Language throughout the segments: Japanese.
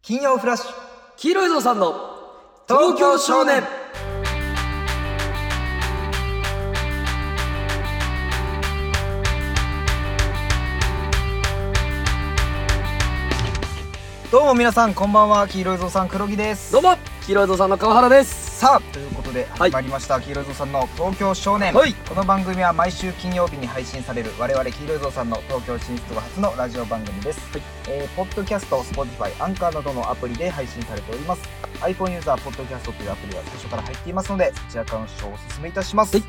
金曜フラッシュ黄色いぞうさんの東京少年どうも皆さんこんばんは黄色いぞうさん黒木ですどうも黄色いぞうさんの川原ですさあということでは始いまりました、黄色いぞうさんの東京少年、はいこの番組は毎週金曜日に配信される我々黄色いぞうさんの東京進出後初のラジオ番組です、はいえーポッドキャスト Spotify アンカーなどのアプリで配信されております iPhone ユーザーポッドキャストというアプリは最初から入っていますのでそちらからの視聴をお勧めいたしますは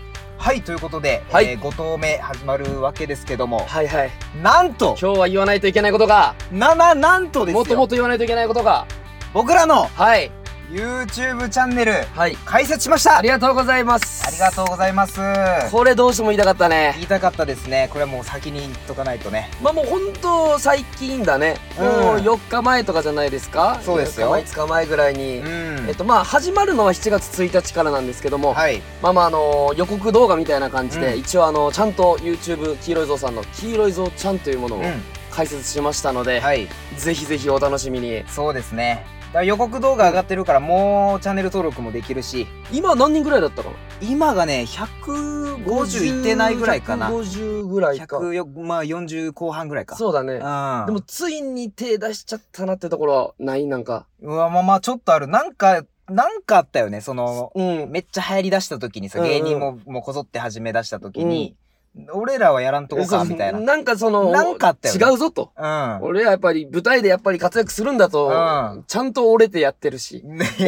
はいい、ということで、はいえ5投目始まるわけですけどもはいはいなんと今日は言わないといけないことがなななんとですよもっともっと言わないといけないことが僕らのはい YouTube チャンネルはい開設しましたありがとうございますありがとうございますこれどうしても言いたかったね言いたかったですねこれはもう先に言っとかないとねまあもう本当最近だね、うんもう4日前とかじゃないですかそうですよ4日前5日前ぐらいに、うんえっとまあ始まるのは7月1日からなんですけども、はいまあまああの予告動画みたいな感じで、うん一応あのちゃんと YouTube 黄色いぞうさんの黄色いぞうちゃんというものをう解説しましたので、んはいぜひぜひお楽しみにそうですねだから予告動画上がってるからもうチャンネル登録もできるし今何人ぐらいだったかな今がね150いってないぐらいかな50ぐらいか100まあ40後半ぐらいかうそうだねんでもついに手出しちゃったなってところないなんかうわまあまあちょっとあるなんかなんかあったよねそのうんめっちゃ流行り出した時にさ、うんうん芸人ももうこぞって始め出した時に、俺らはやらんとこかみたいそうな。なんかそのなんかあったよね違うぞとう俺はやっぱり舞台でやっぱり活躍するんだと、うんちゃんと折れてやってるしん。ね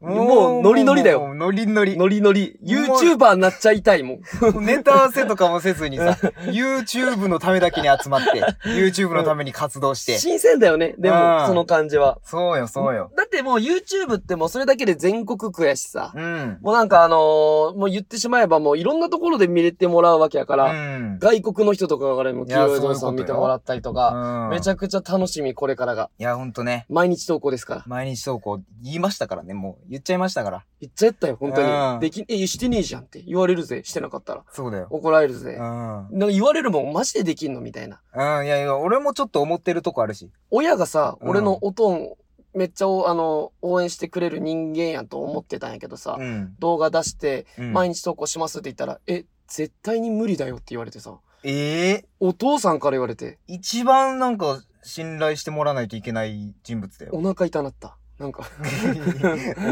もうノリノリだよもうノリノリ。ノリノリ YouTuber になっちゃいたいもんネタ合わせとかもせずに さ、YouTube のためだけに集まって、YouTube のために活動して。新鮮だよねでも、うんその感じはそうよ、そうよ。だってもう YouTube ってもうそれだけで全国区やしさ、うん。もうなんかあのーもう言ってしまえばもういろんなところで見れてもらうわけやかうら、ん。外国の人とかからもい黄や色いぞうさんそういうことよ見てもらったりとか、めちゃゃくちゃ楽しみこれからが。いや、ほんとね。毎日投稿ですから。毎日投稿言いましたからね、もう。言っちゃいましたから。言っちゃったよ、本当に。うんでき、え、してねえじゃんって言われるぜ、してなかったら。そうだよ。怒られるうぜ。ん。うん。なんか言われるもん、マジでできんのみたいな。いやいや、俺もちょっと思ってるとこあるし。親がさ、うん俺のおとん、めっちゃお、あの、応援してくれる人間やと思ってたんやけどさ、うん。動画出して、うん毎日投稿しますって言ったら、え、絶対に無理だよって言われてさ、ええお父さんから言われて、一番なんか信頼してもらわないといけない人物だよ。、お腹痛なった。なんか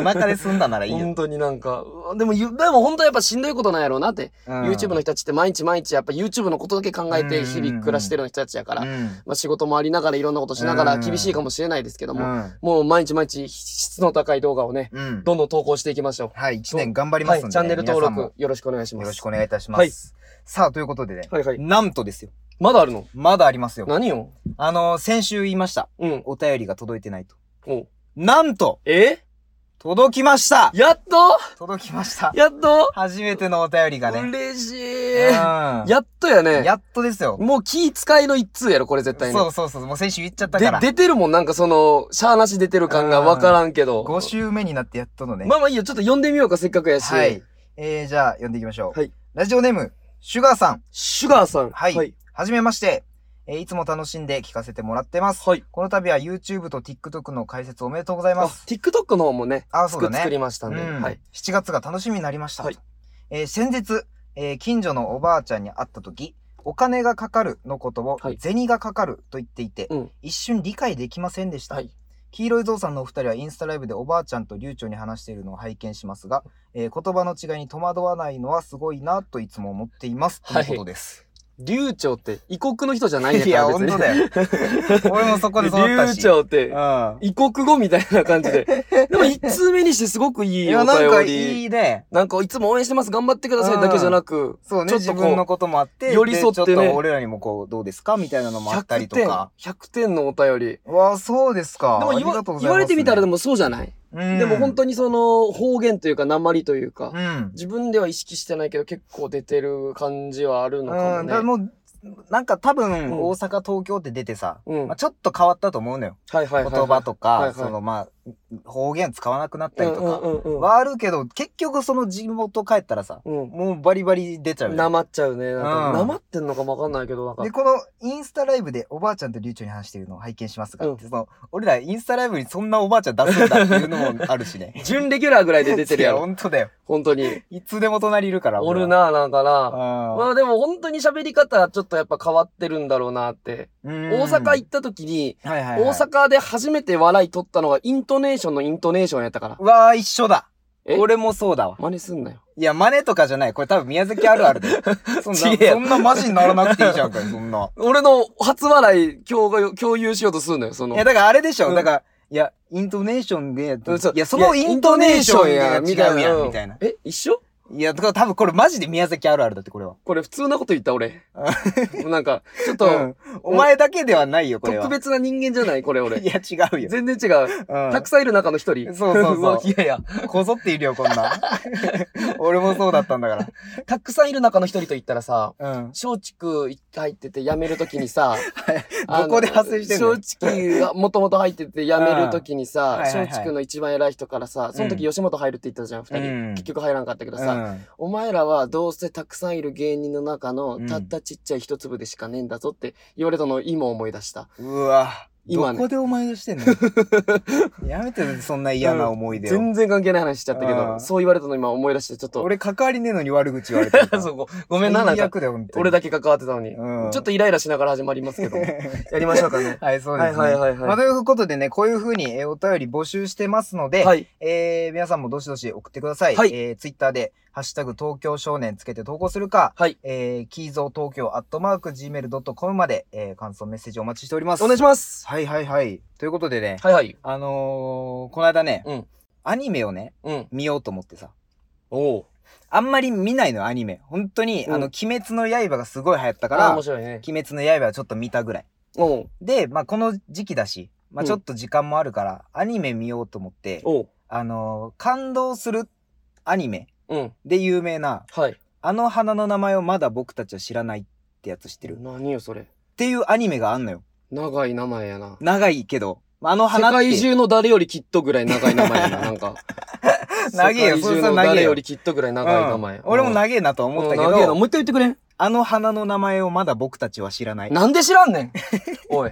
お腹で済んだならいいよ本。当になんか、うわでもゆ、でも本当はやっぱしんどいことなんやろうなって、YouTube の人たちって毎日毎日やっぱ YouTube のことだけ考えうてんうんう日ん々暮らしてる人たちやから、うんまあ仕事もありながらいろんなことしながうらんうん厳しいかもしれないですけどうも、ん。もう毎日毎日質の高い動画をね、うん。どんどん投稿していきましょはい、一年頑張う。りまはすんい、で、ね。チャンネル登皆さんも録よろしくお願いしまよす。ろしくお願いいたします。はいさあ、ということでね、はいはい。なんとですよ。まだあるのまだありますよ。何よあのー、先週言いました。うん。お便りが届いてないと。おなんと、え届きましたやっと届きました。やっと、初めてのお便りがね。嬉しういん、ややっとやね。やっとですよ。もう気使いの一通やろ、これ絶対に。そうそうそう。もう先週言っちゃったでから、。出てるもん、なんかその、シャーなし出てる感がわからんけど。 5週目になってやっとのね。まあまあいいよ、ちょっと呼んでみようか、せっかくやし。はい。。えー、じゃあ、読んでいきましょう。はいラジオネーム、シュガーさん。シュガーさん。はいはい。はじめまして。えーいつも楽しんで聞かせてもらってます。はいこの度は YouTube と TikTok の解説おめでとうございあます。 TikTok の方もね、あ、そう作だね。作りましたんで。うんはい。 7月が楽しみになりましたと。はいえー先日、えー近所のおばあちゃんに会った時、お金がかかるのことをはい銭がかかると言っていて、うん一瞬理解できませんでした。はい。黄色いゾウさんのお二人はインスタライブでおばあちゃんと流暢に話しているのを拝見しますが、えー言葉の違いに戸惑わないのはすごいなといつも思っています。はいということです。流暢って異国の人じゃないんやいかや、ら本当 だよ。俺もそこで育った流 し。暢っうん。、てい異国語みたいな 感じで。でも、一通目にしてすごくいいや、おなんか便り。いいね。なんか、いつも応援してます、頑張ってくださいだけじゃなく、そうね、ちょっ自とこう分のこともあって、寄り添ってねでちょっと俺らにもこう、どうですかみたいなのもあったり100と点、か。 100点のお便り。わあ、そうですか。でも言ありがわとうござい言ますわれてみたらでもそうじゃない、うんでも本当にその方言というか鉛というか、うん。自分では意識してないけど結構出てる感じはあるのかうん。だからもね。もう、なんか多分、ん大阪、東京って出てさ、うん。まはあ、ちょっと変わったと思うのよ。いはいはいはい。言葉とはいか、はいそのまあ、方言使わなくなったりとかうんうんうんはあるけど、結局その地元帰ったらさ、うん。もうバリバリ出ちゃうなよ。まっちゃうね。なんか、うなんまってんのかもわかんないけど、なんかで、。このインスタライブでおばあちゃんと流暢に話しているのを拝見しますが、うんその俺らインスタライブにそんなおばあちゃん出すんだっていうのもあるしね。準レギュラー ぐらいで出てるや いろ。本当だよ。本当に。いつでも隣いるから。おる俺な、なんかな。まは。あでも本当に喋り方ちょっとやっぱ変わってるんだろうなって。うん。大阪行っった時に、た。はいはい、はい。大。阪で初めて笑い取ったのがイントネーションのイントネーションやったから。うわー、一緒だ。え俺もそうだわ。真似すんなよ。いや、真似とかじゃない。これ多分宮崎ある あるで。そんな、違えよそんなマジにならなくていいじゃんかよ、そんな。俺の初笑い共有共有 しようとすんのよ、そいの。や、だからあれでしょ。うんだから、いや、イントネーションで、うんそういや、そのイントネーションや、イみントたいネーシやョンん、うみたいな。え、一緒いや、だから多分これマジで宮崎あるあるだって、これは。これ普通なこと言った俺。なんか、ちょっうと、ん。お前だけではないよ、これは。特別な人間じゃないこれ俺。いや、違うよ。全然違う。うんたくさんいる中の一人。そう そうそうわいやいや。こぞっているよ、こんなん。 俺もそうだったんだかたくさんいる中の一人と言ったらさ、ら。うん。松竹入ってて辞めるとき にさ、どこで発生してんのよ松竹がもともと入ってて辞めるときにさ、うんはいはいはい松竹の一番偉い人からさ、その時吉本入るって言ったじゃん、二人。うん結局入らんかったけどうさ、ん。お前らはどうせたくさんいる芸人の中のうんたったちっちゃい一粒でしかねえんだぞって言われたのを今思い出した。うわ。今どねこでお前がしてんの やめてよそんな嫌な思い出を。全然関係ない話しちゃったけうど、んそう言われたの今思い出してちょっと。俺関わりねえのに悪口言われてるから。 そうごごめんな、な最んか悪だよ、本当に俺だけ関わってたのに、うん。ちょっとイライラしながら始まりますけ ども。やりましょうかね はい、そうですね。はいはいはいはいまあ、ということでね、こういうふうに、えーお便り募集してますので、はい。えー皆さんもどしどし送ってください。はいえツイッター Twitter で、ハッシュタグ東京少年つけて投稿するか、はい。えー、キーゾー東京アットマーク Gmail.com まで、えー感想メッセージお待ちしております。お願いしまます。はいはいはい。ということでね、はいはい。あのー、この間ね、うんアニメをね、うん。見ようと思ってさ、おお。あんまり見ないのよアニメ。本当に、うんあの、鬼滅の刃がすごい流行ったかあら、あ、面鬼白いね。滅の刃はちょっと見たぐらい。おうで、まあ、この時期だし、まあ、うんちょっと時間もあるから、アニメ見ようと思って、おう。あのー感動するアニメうん。で有名な、はい。あの花の名前をまだ僕たちは知らないってやつ知ってる。っ何よ、それ。ていうアニメがあんのよ。長い名前やな。長いけど、まああの世花って。界中の誰よりきっとぐらい長い名前や な、なんか。長えよ世界中それのは長え誰よよりきっとぐらい長い名前。うん俺もい長えなとは思ったけ長えな。ど、もう一回言ってくれん。あの花の名前をまだ僕たちは知らない。いなんで知らんねん。 おい。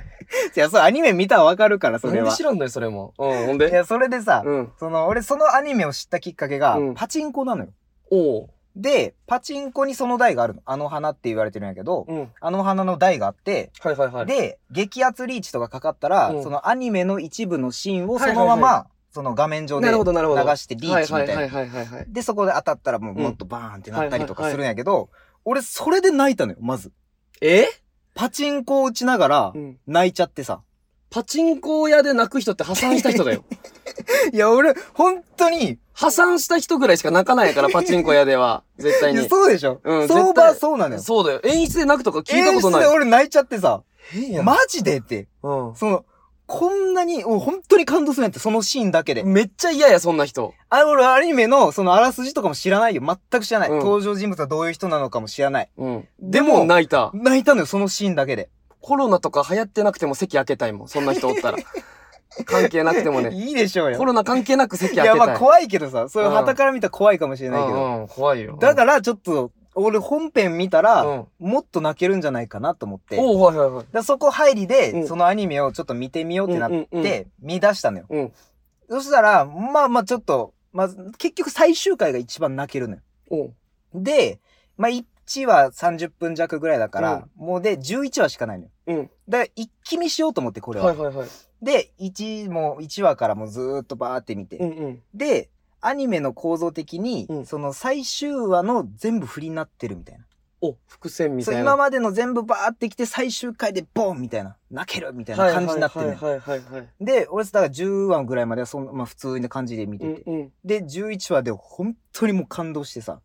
や、そう、アニメ見たらわかる から、それなんでは知。らんのよ、それも。うん、ほんいで。や、それでさ、うん。その、俺そのアニメを知ったきっかけが、うんパチンコなのよ。おう。で、パチンコにその台があるの。あの花って言われてるんやけど、うん。あの花の台があって、はいはいはい。で、激アツリーチとかかかったら、うんそのアニメの一部のシーンをはそいはいのはいまま、その画面上でなるほ流どなるほど。してリーチみたいな。はいはいはいはいはい。で、そこで当たったらもううんもっとバーンってなったりとかするんやけど、俺それで泣いたのよ、まず。えパチンコを打ちながらうん泣いちゃってさ。パチンコ屋で泣く人って破産した 人だよ。いや、俺、本当に、破産した人ぐらいしか泣かないから、パチンコ屋では。絶対いやに。そうでしょ、うん相場絶対はそうなのよ。そうだよ。演出で泣くとか聞いたことな演出でい。俺泣いちゃってさ、変マジでって、うその、こんなに、お本当に感動するんやって、そのシーンだけで。ん。めっちゃ嫌や、そんな人。あ俺、アニメの、その、あらすじとかも知らないよ。全く知らない、うん登場人物はどういう人なのかも知らない。うん。ででもも泣いた。泣いたのよ、そのシーンだけで。コロナとか流行ってなくても席開けたいもん。そんな人お ったら。関係なくてもね。いいでしょうよコ。ロナ関係なく席い開けたや、い。まあ、怖いけどさ、そういううん旗から見たら怖いかもしれないけど。うんうん怖いよ。だからちょっと、俺本編見たら、うんもっと泣けるんじゃないかなと思って。だかおう、はいはいはい。らそこ入りで、うんそのアニメをちょっと見てみようってなって、うんうんうん見出したのよ。うんそしたら、まあまあちょっと、まあ結局最終回が一番泣けるのよ。おうで、まあ1話30分弱ぐらいだから、もうで11話しかないのよ。うん。だから一気見しようと思って、これは。はいはいはい。で、1、もう1話からもうずーっとバーって見て。うんうん。で、アニメの構造的に、うんその最終話の全部振りになってるみたいな。お、伏線みそたうい今な。までの全部バーってきて最終回でボンみたいな泣けるみたいな感じになってる、ねはいはいはいはいはい。で俺だから10話ぐらいまではそんな、まあ、普通な感じで見てうて、んうん。で11話で本当にもう感動してさ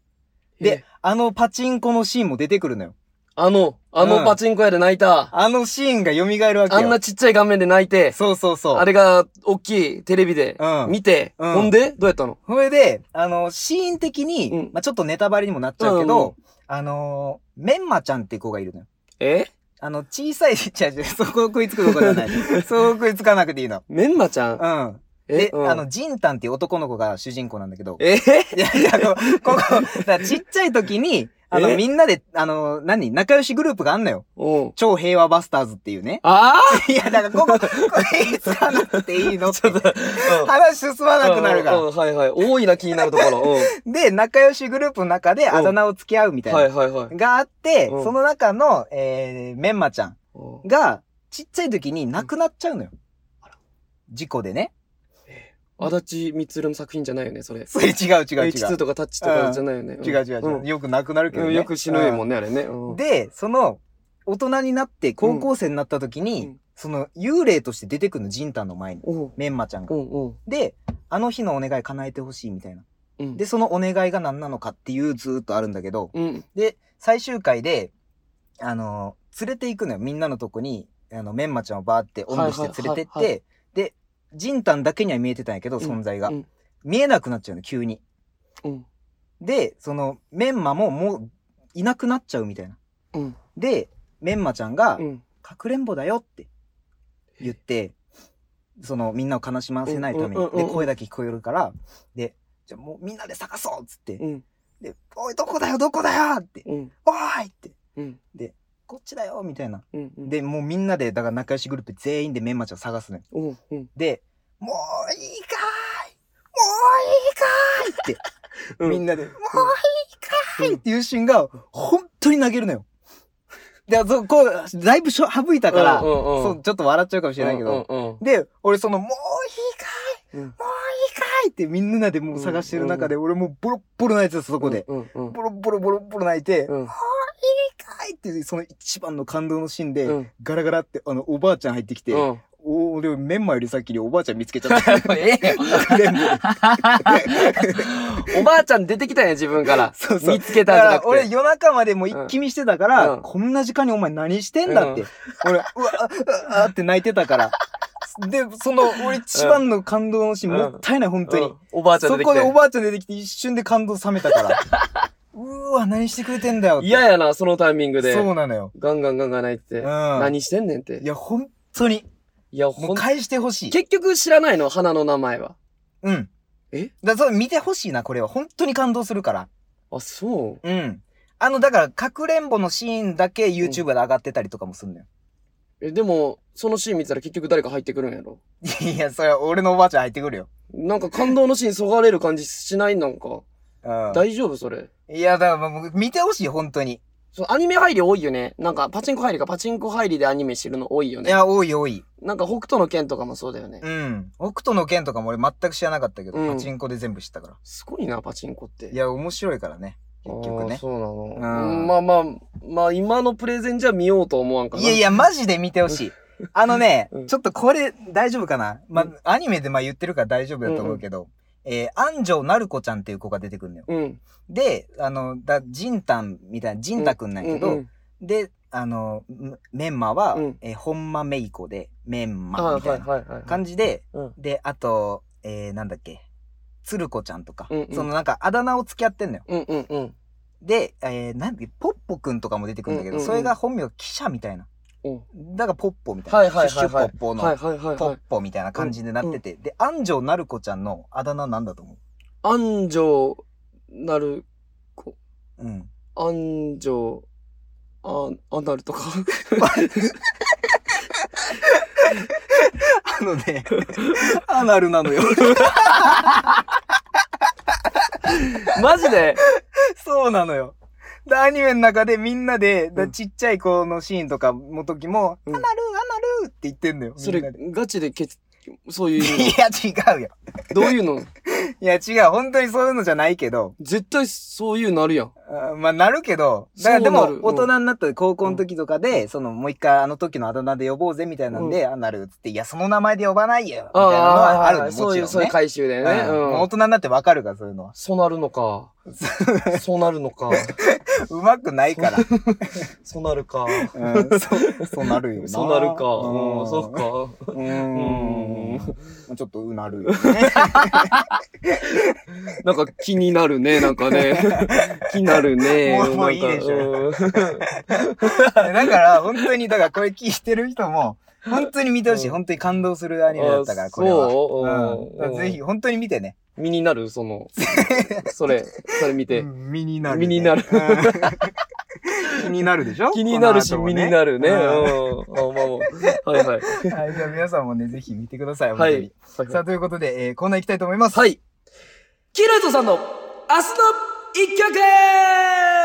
でで、あのパチンコのシーンも出てくるのよあの、あうんのパチンコ屋で泣いた、あのシーンが蘇るわけよあんなちっちゃい画面で泣いて、そうそうそうあれが大きいテレビでうん見て、うんほんでどうやったのそれであのシーン的に、うんまあ、ちょっとネタバレにもなっちゃうけど、うんうんあのーメンマちゃんって子がいるのよえあの 小さいちっちゃいそこ食いつくとこじゃないそこ食いつかなくていいのメンマちゃんうんで、うんあの、ジンタンっていう男の子が主人公なんだけど、えいやいや、あの、ここ、だからちっちゃい時に、あの、えみんなで、あの、何仲良しグループがあんのよ。うん。超平和バスターズっていうね。あいや、だからここ、これ使わなくていいのあ って。と話進まなくなるかうんうんはいはい。多いな気になるところ。うん ら。で、仲良しグループの中であだ名を付き合うみたいな。はいはいはい。があって、うんその中の、えー、メンマちゃんうんが、ちっちゃい時に亡くなっちゃうのよ。事故で ね。足立光の作品じゃないよね、それ。それ違う違う違 H2 う。とかタッチとかじゃないよね。違う違う違う。よく亡くなるけどうん。ね。よく死ぬもうんね、あれね。うんん。で、その、大人になって、高校生になった時に、うんその、幽霊として出てくるの、ジンタンの前に。うんメンマちゃんが。うんうんで、あの日のお願い叶えてほしいみたいな。うん。で、そのお願いが何なのかっていうずーっとあるんだけど、うん。で、最終回で、あの連れて行くのよ。みんなのとこに、あの、メンマちゃんをバーっておんぶして連れてって、はいはいはいはで、ジンタンだけには見えてたんやけど、うん存在が、うん見えなくなっちゃうの、急に。うん。で、その、メンマももう、いなくなっちゃうみたいな。うんで、メンマちゃんが、うん。かくれんぼだよって言って、その、みんなを悲しませないためうにんうん。うんうで、ん声だけ聞こえるから、で、じゃあもうみんなで探そうっつって、うん。で、おい、どこだよ、どこだよって、うん。おーいって、うん。こっちだよみたいな。うん。うん、で、もうみんなで、だから仲良しグループ全員でメンマちゃんを探すのよ。うん。うん。で、もういいかーいもういいかーいって、うんみんなで、もういいかーいっていうシーンが、本当に投げるのよ。で、そこう、だいぶしょ省いたから、うんうんうんそう、ちょっと笑っちゃうかもしれないけど、うんうんで、俺その、もういいかうんうーいん。もういいかーいってみんなでもう探してる中で、俺もうボロッボロ泣いてた、そこで。うんうんボロボロボロボロ泣いて、うんかーいっていう、その一番の感動のシーンで、うんガラガラって、あの、おばあちゃん入ってきて、うんお俺、メンマより先におばあちゃん見つけちゃ った。ええよでもおばあちゃん出てきたんや、自分から。そうそう見つけだたんじかゃならくて。俺夜中までもう一気見してたから、うんこんな時間にお前何してんだって、俺うわあああって泣いてたからでその俺一番の感動のシーン、うんもったいない本当に、うんおばあちゃんそ出てきこでたんおや。ばあちゃん出てきて一瞬で感動冷めたから うーわ何してくれてんだよって嫌やな、そのタイミングで。そうなのよ、ガンガンガンガン泣いてうん、て。何してんねんってい。や本当にいや、もほうん返してほしい結局知らないの、花の名前は。うんえだからそう見てほしいなこれは本当に感動するからあ、そう。うんあのだからかくれんぼのシーンだけ YouTube で上がってたりとかもすんのよ え、でも、そのシーン見てたら結局誰か入ってくるんやろ。いや、それは俺のおばあちゃん入ってくるよ。なんか感動のシーンそがれる感じしないなんか。うん。大丈夫それ。いや、だからもう見てほしい、本当に。そう、アニメ入り多いよね。なんか、パチンコ入りか、パチンコ入りでアニメ知るの多いよいね。や、多い多い。なんか、北斗の剣とかもそうだよね。うん。北斗の剣とかも俺全く知らなかったけど、うんパチンコで全部知ったから。すごいな、パチンコって。いや、面白いからね。結局あーね。そうなの。うんまあまあ、まあ今のプレゼンじゃ見ようと思わんかな。いやいや、マジで見てほしい。あのね う、んちょっとこれ大丈夫かなまう、アニメでまあ言ってるから大丈夫だと思うけど、えー、安城なる子ちゃんっていう子が出てくるのよ。うん。で、あの、だ、ジンタンみたいな、ジンタくんなんやけうどん、で、あの、メンマはうん、えー、ほんまめいこで、メンあマみはいたはいいな。はいはい。感じで、うんであと、えー、なんだっけ鶴子ちゃんとか、うんうんそのなんかあだ名を付き合ってんのようんうんうん。で、えー、なんでポッポくんとかも出てくるんだけど、うんうんうんそれが本名記者みたいなうんだからポッポみたいな、はいはいはいはいシュッシュポッポの、はいはいはいポはッい。ポみたいな感じになってて、で安城なる子ちゃんのあだ名なんだと思安城なる、ううん安城、あ、あなるとか。 あのね アナルなのよマ ジでそうなのよでアニメの中でみんなで、だうんちっちゃい子のシーンとかの時も、うんアナルアナルって言ってんのよ。そみんなれで、ガチでけつ、そういう意 い味や、違うよ。どういうのいや、違う。本当にそういうのじゃないけど。絶対そういうなるやん。あまあ、なるけど。だからでそうなもる、大人になった高校の時とかで、その、もう一回あの時のあだ名で呼ぼうぜみたいなんで、あ、なるっつって、いや、その名前で呼ばないよみたいなのはあるの、もちろん、ね。そういう、そういう回収だよね。うんもうう大ん。人になってわかるから、そういうのは。 そうなるの か。そうなるのか。うまくないから。うそうなるか。ん、そう、そうなるよな。そうなるか。う、うんん、そっか。うーん。まあちょっとうなるよね。なんか気になるね、なん かね。気になるね。もうもういいでしょなんか だから、本当に、だからこれ聞いてる人も、本当に見てほしい。うん本当に感動するアニメだったかあら、これは。そううんだからぜひ、。本当に見てね。身になる、そ の、それ、それ見てう。ん身になるね。身になるうん 気になるでしょ気になるし、この後も身ねになるね。うん。あうんまあまあ。は いはい。はい、じゃあ皆さんもね、ぜひ見てください。本当はにい。さあ、ということで、えー、コーナー行きたいと思います。はい。キルトさんの明日の一曲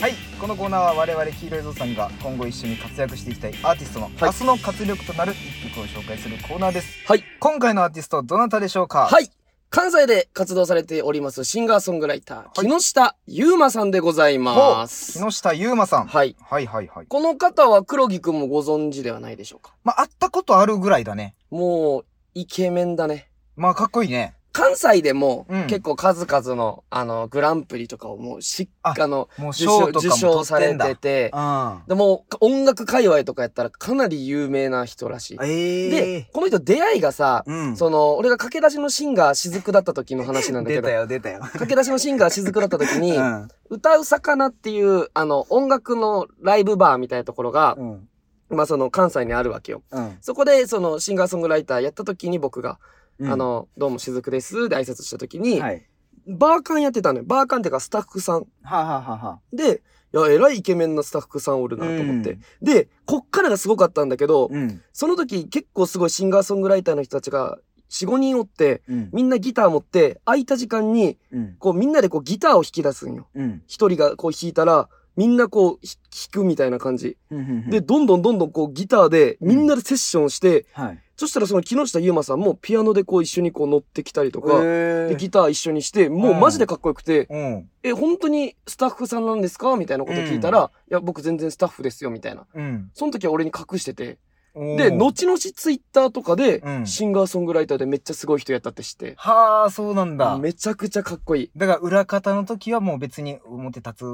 はい、このコーナーは我々黄色いぞさんが今後一緒に活躍していきたいアーティストの明日の活力となる一曲を紹介するコーナーです。はい。今回のアーティストはどなたでしょうかはい。関西で活動されておりますシンガーソングライター、はい木下優馬さんでございほうます。木下優馬さん。はい。はいはいはい。この方は黒木くんもご存知ではないでしょうか。まあ、会ったことあるぐらいだね。もう、イケメンだね。まあ、かっこいいね。関西でも、うん結構数々の、あの、グランプリとかをもうしあっかの、もう受賞賞、と受かも賞取さってれんだ。てて、うでも、音楽界隈とかやったらかなり有名な人らしん。い。えでえ、この人出会いがさ、うん。その、俺が駆け出しのシンガー雫だった時の話なんだけ出どた、よ出たよ。駆け出しのシンガー雫だった時 に、うん。歌う魚っていう、あの、音楽のライブバーみたいなところが、うん。まあその関西にあるわけよ。うん。そこで、そのシンガーソングライターやった時に僕が、うんあ、の、どうも雫です、で挨拶した時に、はい。バーカンやってたのよ。バーカンっていうかスタッフさん。はあはあはあはあ。で、いや、えらいイケメンなスタッフさんおるなと思って。で、こっからがすごかったんだけど、うん。その時結構すごいシンガーソングライターの人たちが4、5人おって、うん。みんなギター持って、空いた時間に、うん。こうみんなでこうギターを弾き出すんよ。うん。一人がこう弾いたら、みんなこうひ弾くみたいな感じ。うんで、、どんどんどんどんこうギターでみんなでセッションして、はい。そしたらその木下優馬さんもピアノでこう一緒にこう乗ってきたりとか、でギター一緒にして、もうマジでかっこよくて、うん。え、本当にスタッフさんなんですかみたいなこと聞いたら、いや、僕全然スタッフですよ、みたいな。うん。その時は俺に隠してて。おーで、後々ツイッターとかで、うんシンガーソングライターでめっちゃすごい人やったって知って、はあ、そうなんだ。めちゃくちゃかっこいい。だから裏方の時はもう別に表立つ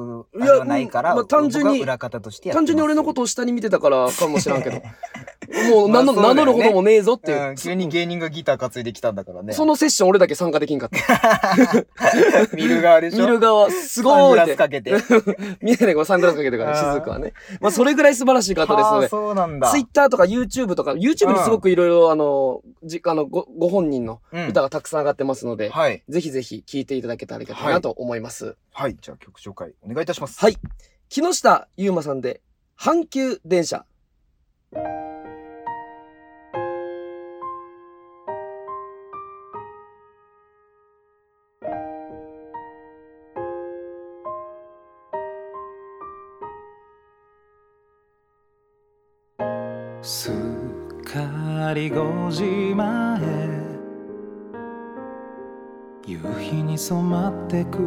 あやれはないから、まあ単純に僕は裏方としてやってます。単純に俺のことを下に見てたからかもしらんけどもう名乗,、まあそうだよね名乗るほどもねえぞっていうう。ん、急に芸人がギター担いできたんだからね。そのセッション俺だけ参加できんかった。見る側でし見ょる側、すサンごグいっラてス。かけて。見えないこれサングラスかけてるから、あー雫はね。まあ、それぐらい素晴らしい方ですのはあで。そうなんだ。ツイッターとか YouTube とか、YouTube にすごくいろいろ、あの、じ、あの、ご、ご本人のうん歌がたくさん上がってますので、はい。ぜひぜひ聴いていただけたらありがたいなと思います。はい。じゃあ曲紹介お願いいたします。はい。木下ゆうまさんで、阪急電車。すっかり5時前夕日に染まってく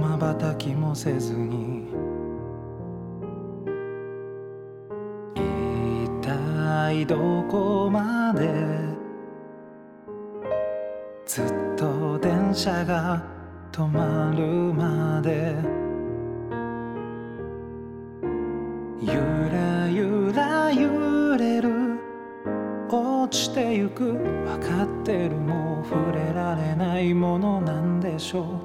瞬きもせずに一体どこまでずっと電車が止まるまでゆらゆら揺れる落ちてゆく分かってるもう触れられないものなんでしょう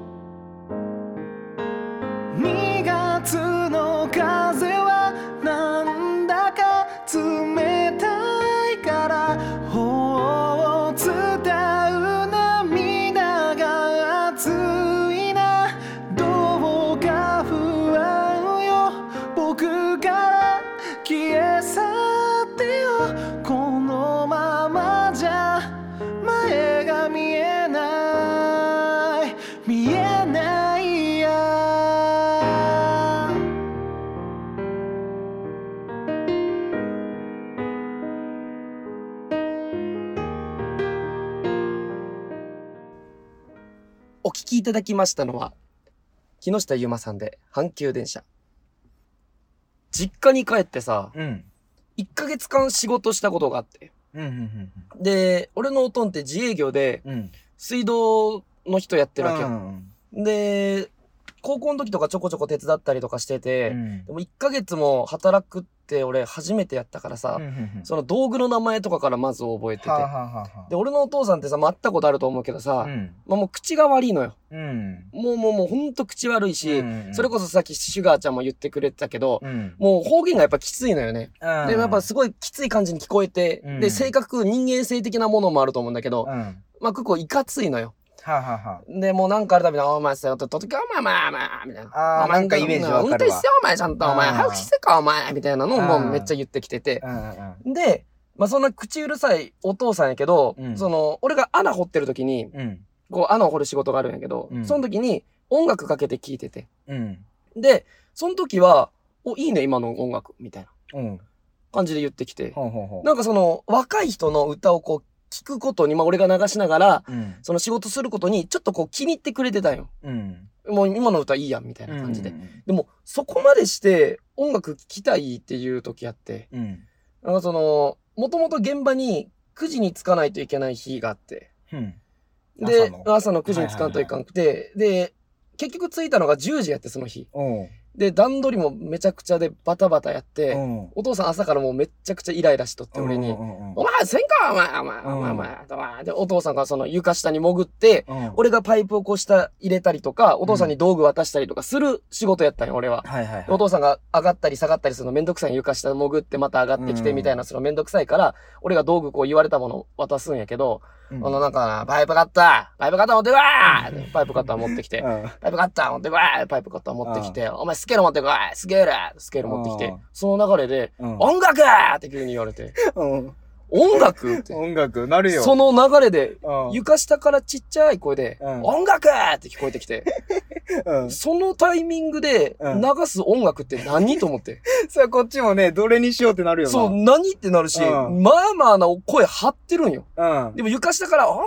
2月の風はなんだか冷たいから頬を伝う涙が熱いなどうか不安よ僕から消え去ってよこのままじゃ前が見えない見えないやお聴きいただきましたのは、木下ゆうまさんで、阪急電車。実家に帰ってさ、うん。 1ヶ月間仕事したことがあって。うん。うん。で、俺のおとんって自営業で、うん。うん。水道の人やってるわけうよ。ん。で、高校の時とかちょこちょこ手伝ったりとかしてて、うんでも1ヶ月も働くって俺初めてやったからさ、うんうんうんその道具の名前とかからまず覚えてて。はあはあはあはあで、俺のお父さんってさ、まあ会ったことあると思うけどさ、うんまあもう口が悪いのよ。うんもうもうもうほんと口悪いし、それこそ、そさっきシュガーちゃんも言ってくれてたけど、うん、もう方言がやっぱきついのよね。うんでもやっぱすごいきつい感じに聞こえて、うんで、性格、人間性的なものもあると思うんだけどう、んはまあ結構いかついのよ。あはあはで、もうなんかあるたびに、あお前さよって、ととき、お前、まあまあ、みたいな。あーお前なんかイメージわかるわ運転してよ、お前、ちゃんと、お前、うん早くしてか、お前、みたいなのをもううんめっちゃ言ってきてて。あうんで、まあそんな口うるさいお父さんやけど、うんその、俺が穴掘ってる時に、うんうんこう穴を掘る仕事があるんやけど、うんその時に音楽かけて聴いてて。うんで、その時は、お、いいね、今の音楽、みたいなうん感じで言ってきて。ほうほうほうなんかその、若い人の歌をこう、聞くことに、まあ俺が流しながら、うんその仕事することに、ちょっとこう気に入ってくれてたんよ。うんもう今の歌いいやん、みたいな感じで。うんでも、そこまでして音楽聴きたいっていう時あって、うんなんかその、もともと現場に9時に着かないといけない日があって、うんで朝、の朝の9時に着かんといかんくて、で、結局着いたのが10時やって、その日。おうで、段取りもめちゃくちゃでバタバタやって、おうお父さん朝からもうめっちゃくちゃイライラしとって、俺うにん。うんうんお前せんかお前お前お前お前お前で、お父さんがその床下に潜って、うん俺がパイプをこう下入れたりとか、お父さんに道具渡したりとかする仕事やったんよ、俺は。はいはいはいお父さんが上がったり下がったりするのめんどくさい床下潜ってまた上がってきてみたいな、そのめんどくさいから、俺が道具こう言われたものを渡すんやけど、うんあのなんか、パイプカッターパイプカッター持ってこいってパイプカッター持ってきて、うんパイプカッター持ってこいパイプカッター持ってきて、お前スケール持ってこいスケールスケール持ってきうてん、その流れで、うん音楽って急に言われて、うん音楽って。音楽なるよその流れで、うん床下からちっちゃい声で、うん音楽って聞こえてきて、うんそのタイミングでうん流す音楽って何と思って。それこっちもねどれにしようってなるよなそう、何ってなるし、うんまあまあな声張ってるんよ。うんでも床下から音楽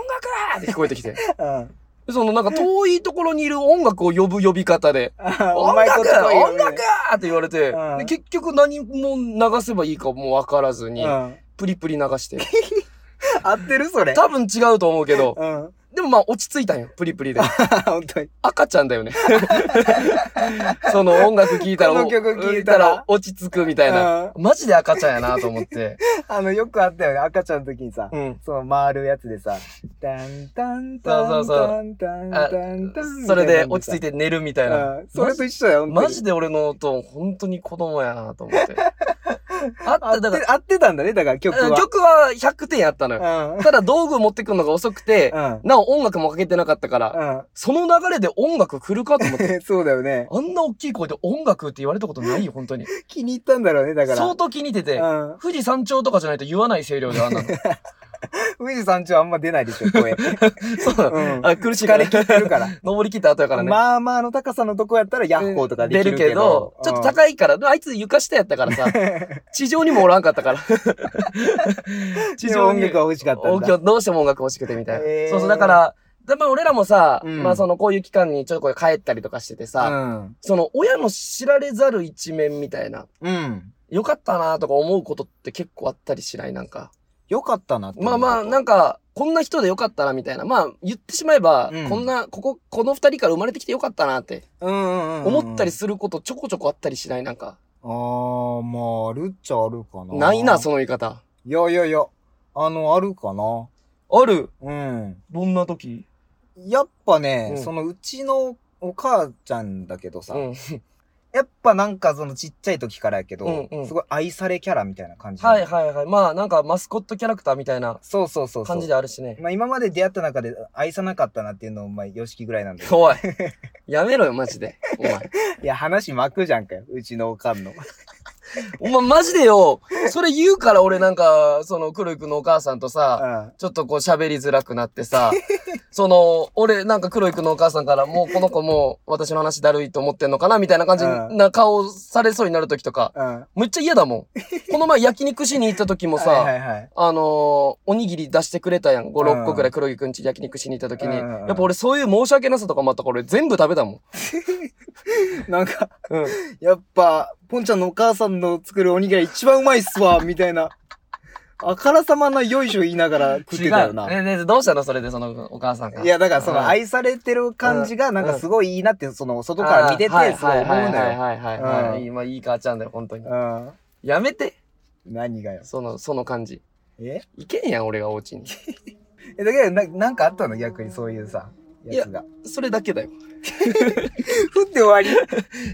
って聞こえて きて。うんでそのなんか遠いところにいる音楽を呼ぶ呼び方で、あ音お楽前こっち来いよ音楽って言われて、うんで結局何も流せばいいかもわからずみに、たいなうんプリプリ流して。合ってるそれ多分違うと思うけど、うんでもまあ落ち着いたんよ、プリプリで。本当に赤ちゃんだよね。 その音楽聴いたら、この曲聴いたら落ち着くみたいな。うんマジで赤ちゃんやなと思って。あのよくあったよね赤ちゃんの時にさうん。その回るやつでさ、タンタンタンタンタンタンタンそれで落ち着いてて寝るみたいな。それと一緒だよ、本当にマジで俺の音、本当に子供やなと思って。あっ合た、ってだから、合ってたんだね、だから曲うんは。曲は100点やったのうよ。ん。ただ道具を持ってくるのが遅くて、なお音楽もかけてなかったから、その流れで音楽来るかと思っうて。ん。そうだよね。あんな大きい声で音楽って言われたことないよ、本当に。気に入ったんだろうね、だから。相当気に入ってて、う富士山頂とかじゃないと言わない声量であんなの。 ん。富士山頂あんま出ないでしょ、声。そうなの。 うん。あ、苦しいか疲られ切ってる から。登り切った後やからね。まあまあの高さのとこやったら、ヤッホーとかできる出るけど、ちょっと高いから、あいつ床下やったからさ、地上にもおらんかっ たから。 地上音楽が欲しかったん音だ。響どうしても音楽欲しくてみたいな。へーそうそう、だから、だまあ俺らもさ、うんまあそのこういう期間にちょっとこれ帰ったりとかしててさ、その親の知られざる一面みたいな、うん。うん。よかったなとか思うことって結構あったりしないなんか。よかったなって思まあうこと。まあ、なんか、こんな人でよかったなみたいな。まあ言ってしまえば、うんこんな、ここ、この二人から生まれてきてよかったなってうんうんうんうん。思ったりすることちょこちょこあったりしないなんか。あー、まあ、あるっちゃあるかな。ないな、その言い方。いやいやいや、あの、あるかな。あるうん。どんな時やっぱね、うんそのうちのお母ちゃんだけどさ、うん。やっぱなんかそのちっちゃい時からやけど、うんうんすごい愛されキャラみたいな感じなの。 はいはいはい。まあなんかマスコットキャラクターみたいなそうそうそうそう。感じであるしね。まあ今まで出会った中で愛さなかったなっていうのを、まあ、よしきぐらいなん だけど。 おい、やめろよ、マジで。お前。いや、話巻くじゃんかよ。うちのおかんの。 お前、マジでよ、それ言うから俺なんか、その、黒井くんのお母さんとさ、ちょっとこう喋りづらくなって さ、その、俺なんか黒井くんのお母さんから、もうこの子もう私の話だるいと思ってんのかなみたいな感じうんな顔をされそうになる時とか、うん。うん。めっちゃ嫌だ もん。この前焼肉しに行った時もさ、はいはいはい。あのーおにぎり出してくれたやん。5、6個うんくらい黒木くんち焼肉しに行った時に。うんうんうんやっぱ俺そういう申し訳なさとかもあったから俺全部食べたもん。なんか、うん。やっぱ、ポンちゃんのお母さんの作るおにぎりが一番うまいっすわ、みたいな。あからさまなよいしょ言いながら食ってたよな。違うねねどうしたのそれでそのお母さんが。いや、だからその愛愛されてる感じがなんかすごいいいなって、その外から見てて、そう思うはいのはいよ。はいはいはい、うんいいまあいい母ちゃんだよ、本当にう。ん。やめて、何がよ。その、その感じ。えいけんやん、俺がお家に。え、だけどな、なんかあったの逆にそういうさ、やつが。 それだけだよ。降って終わり。い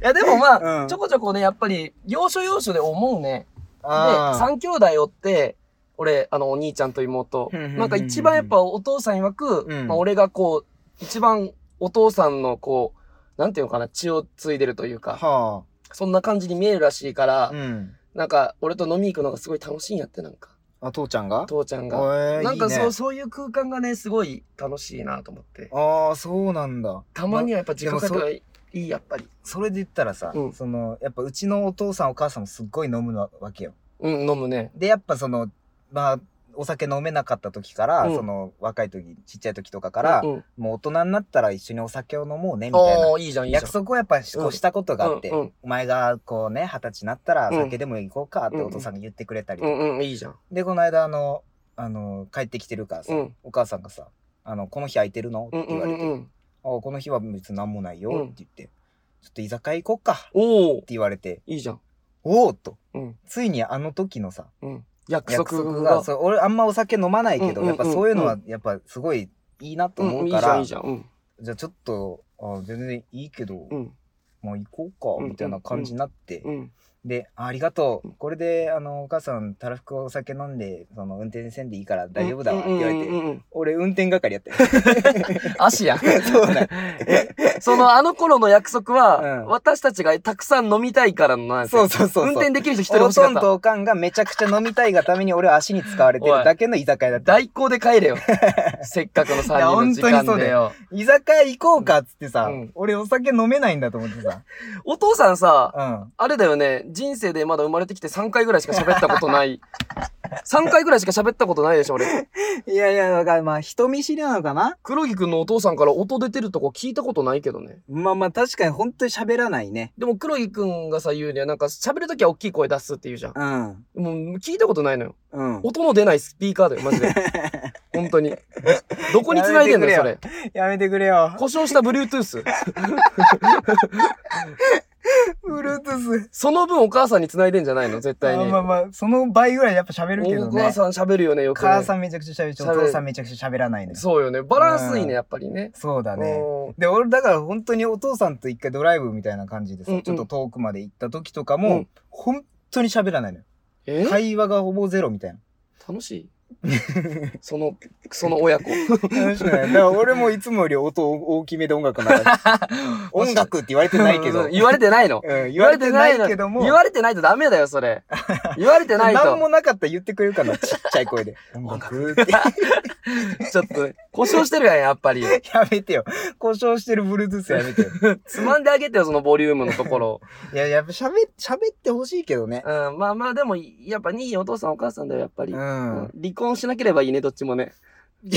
や、でもまあ、うんちょこちょこね、やっぱり、要所要所で思うね。で、あ三兄弟おって、俺、あの、お兄ちゃんと妹。うんうんうんうんなんか一番やっぱお父さん曰く、うんまあ俺がこう、一番お父さんのこう、なんていうのかな、血を継いでるというあ。か、はそんな感じに見えるらしいから、あ。うん。なんか、俺と飲み行くのがすごい楽しいんやって、なんか。あ、父ちゃんが父ちゃんが。えーなんかそういいねそういう空間がね、すごい楽しいなと思って。ああ、そうなんだ。たまにはやっぱ時間かけたらいい、やっぱり。それで言ったらさ、うんそのやっぱうちのお父さんお母さんもすっごい飲むわけよ。うん、飲むね。でやっぱそのまあお酒飲めなかった時から、うんその若い時ちっちゃい時とかから、うん、うんもう大人になったら一緒にお酒を飲もうねみたいなああ、いいじゃん、いいじゃん。約束をやっぱしこうしたことがあって、うんうんお前がこうね二十歳になったらうん酒でも行こうかってお父さんが言ってくれたりとうか、んうん、いいじゃん。でこの間あのあの帰ってきてるからさ、うん。お母さんがさ「あのこの日空いてるの?」うっんて言わうれんて「うん。あこの日は別に何もないよ」っうんて言って、ちょっと居酒屋行こっか」おっおて言われていいじゃん。 「おお!」とうん。ついにあの時のさうん。約束約束が。がそう俺あんまお酒飲まないけど、うんうんやうんっぱそういうのはやっぱすごいいいなとうん思いういかじゃら、ん、いいじじゃん。うん。ゃあちょっとあ全然いいけど、うん。まあ行こうかみたいな感じになって、うん。であありがとううんこれであのお母さんたらふくお酒飲んでその運転せんでいいから大丈夫だわって言われて、うんうんうんうん俺運転係やったよ足やん。そうなん その、あの頃の約束は、うん私たちがたくさん飲みたいからのなんそうそうそうそう運転できる人一人お欲しかとっんた。とおかんがめちゃくちゃ飲みたいがために俺は足に使われてるだけの居酒屋だった代行で帰 れよ。せっかくの3人の時いや本当にそ間うだでよ。居酒屋行こうかっつってさ、うん俺お酒飲めないんだと思ってさ、お父さんさ、うん、あれだよね、人生でまだ生まれてきて3回ぐらいしか喋ったことない。3回ぐらいしか喋ったことないでしょ、俺。いやいや、だからまあ人見知りなのかな黒木くんのお父さんから音出てるとこ聞いたことないけどね。まあまあ確かに本当に喋らないね。でも黒木くんがさ言うにはなんか喋るときは大きい声出すって言うじゃん。うん。もう聞いたことないのよ。うん。音の出ないスピーカーだよ、マ ジで。本当に。どこに繋いでんのよ、やそめれ。やめてくれよ。故障した Bluetooth。ブルートゥース。その分お母さんに繋いでんじゃないの、絶対まあに。まあまあ、その倍ぐらいやっぱ喋るけおど母ね。さん喋るよね、よくね。母さんめちゃくちゃ喋るし、お喋る父さんめちゃくちゃ喋らないのよ。そうよね。バランスいいうね、んやっぱりね。そうだね。うで、俺だから本当にお父さんと一回ドライブみたいな感じでさ、うんうんちょっと遠くまで行った時とかうもん、本当に喋らないのよ。んえ会話がほぼゼロみたいな。楽しいその、その親子。楽しくない。だから俺もいつもより音大きめで音楽流 して。音楽って言われてないけど。 言われてないの。うん言われてないけども。言われてないとダメだよ、それ。言われてない何と。もなかったら言ってくれるかな、ちっちゃい声で。音楽って。 ちょっと、故障してるやん、やっぱり。やめてよ。故障してる Bluetooth やめ てよ。つまんであげてよ、そのボリュームのところ。 いや、やっぱ喋、喋ってほしいけどね。うん、まあまあ、でも、やっぱいいお父さんお母さんだよ、やっぱり。ううんん。離婚しなければいいね、どっちもね。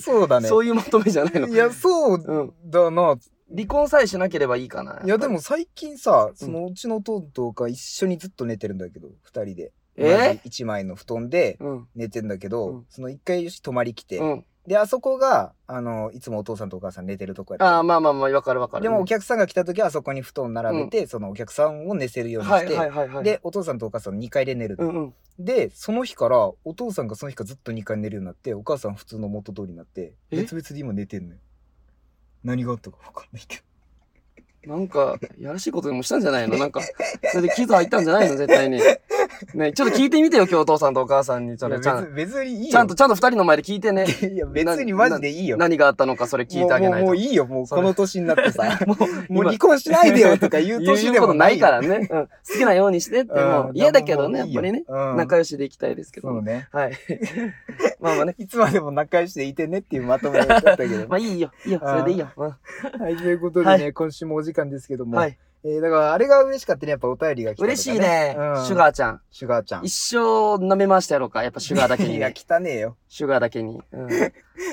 そうだね。そういうまとめじゃないの。いや、そううん。だな。離婚さえしなければいいかな。いや、でも最近さ、そのうちの弟とか一緒にずっと寝てるんだけど、二人で。え同じ一枚の布団でうん。寝てんだけうどん、その一回泊まり来うて。ん。で、あそこが、あの、いつもお父さんとお母さん寝てるとこやったああ、まあまあまあ、わかるわかる。でもお客さんが来た時はそこに布団並べて、そのお客さんを寝せるようにはしいて、はいはいはい。で、お父さんとお母さん2階で寝るうの、んうん。でその日からお父さんがその日からずっと2階で寝るようになってお母さん普通の元通りになってえ別々で今寝てんのよ何があったか分かんないけどなんか、やらしいことでもしたんじゃないのなんか、それで傷入ったんじゃないの絶対に。ね、ちょっと聞いてみてよ、今日お父さんとお母さんに。そいやれちゃん別別にいいよちゃんと、ちゃんと二人の前で聞いてね。いや別にマジでいいよ何があったのか、それ聞いてあげないと。もうもういいよもうこの年になって さももうう今離婚しないでよとか言う年言うでこもとないよからね。うん好きなようにしてって、もううん嫌だけどね、やもうっいいぱよりね。うん仲良しでいきたいですけど。そうねはい。 まあまあね。いつまでも仲良しでいてねっていうまとめだったけど、 まあいいよ、いいよ、それでいいよ。うんはいということでね、は今週もお時間ですけども、はい。えー、だからあれが嬉しかったね。やっぱお便りが来たとか、嬉しいね、うんシュガーちゃん。シュガーちゃん。一生舐め回してやろうか。やっぱシュガーだけ にい。や、汚ねえよ。シュガーだけに。うん、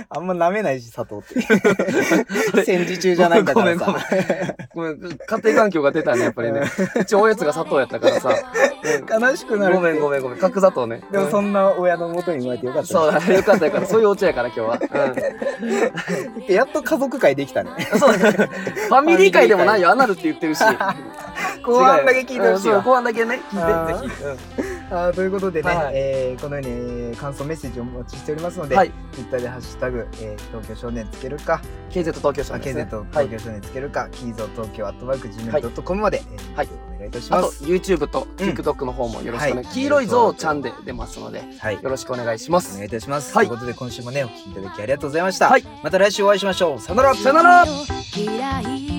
あんま舐めないし、佐藤 って。戦時中じゃないんだからさ。ごめんごめん家庭環境が出たね、やっぱりね。うちおやつが砂糖やったからさ。悲しくなるってごめんごめんごめん。角砂糖ね。でもそんな親の元に生まれてよかうっんたね。そうだね。よかったよかった。そういうお茶やから今日は。でやっと家族会できたね。 うん。そうだね。ファミリー会でもないよ。アナルって言ってるし。後半だけ聞いてほしい違うようんそうわ。後半だけね。聞いて、ぜひ。うんあーということでね、はいはいえーこのように、えー感想メッセージをお待ちしておりますので、はい Twitter で「ハッシュタグ、えー東京少年」つけるか、 KZ 東京さあんです KZ ね。東京少年つけるか、キーゾー東京アットマーク Gmail.com まで、えーはいお願いいたしあまとす。 YouTube とうん TikTok の方もよろしくお願はいい黄色いゾウちゃんで出ますのではい、よろしくお願いしまおす願いいたします。はいということで今週もねお聞きいただきありがとうございました。はいまた来週お会いしましょう。さよなら。さよなら「未来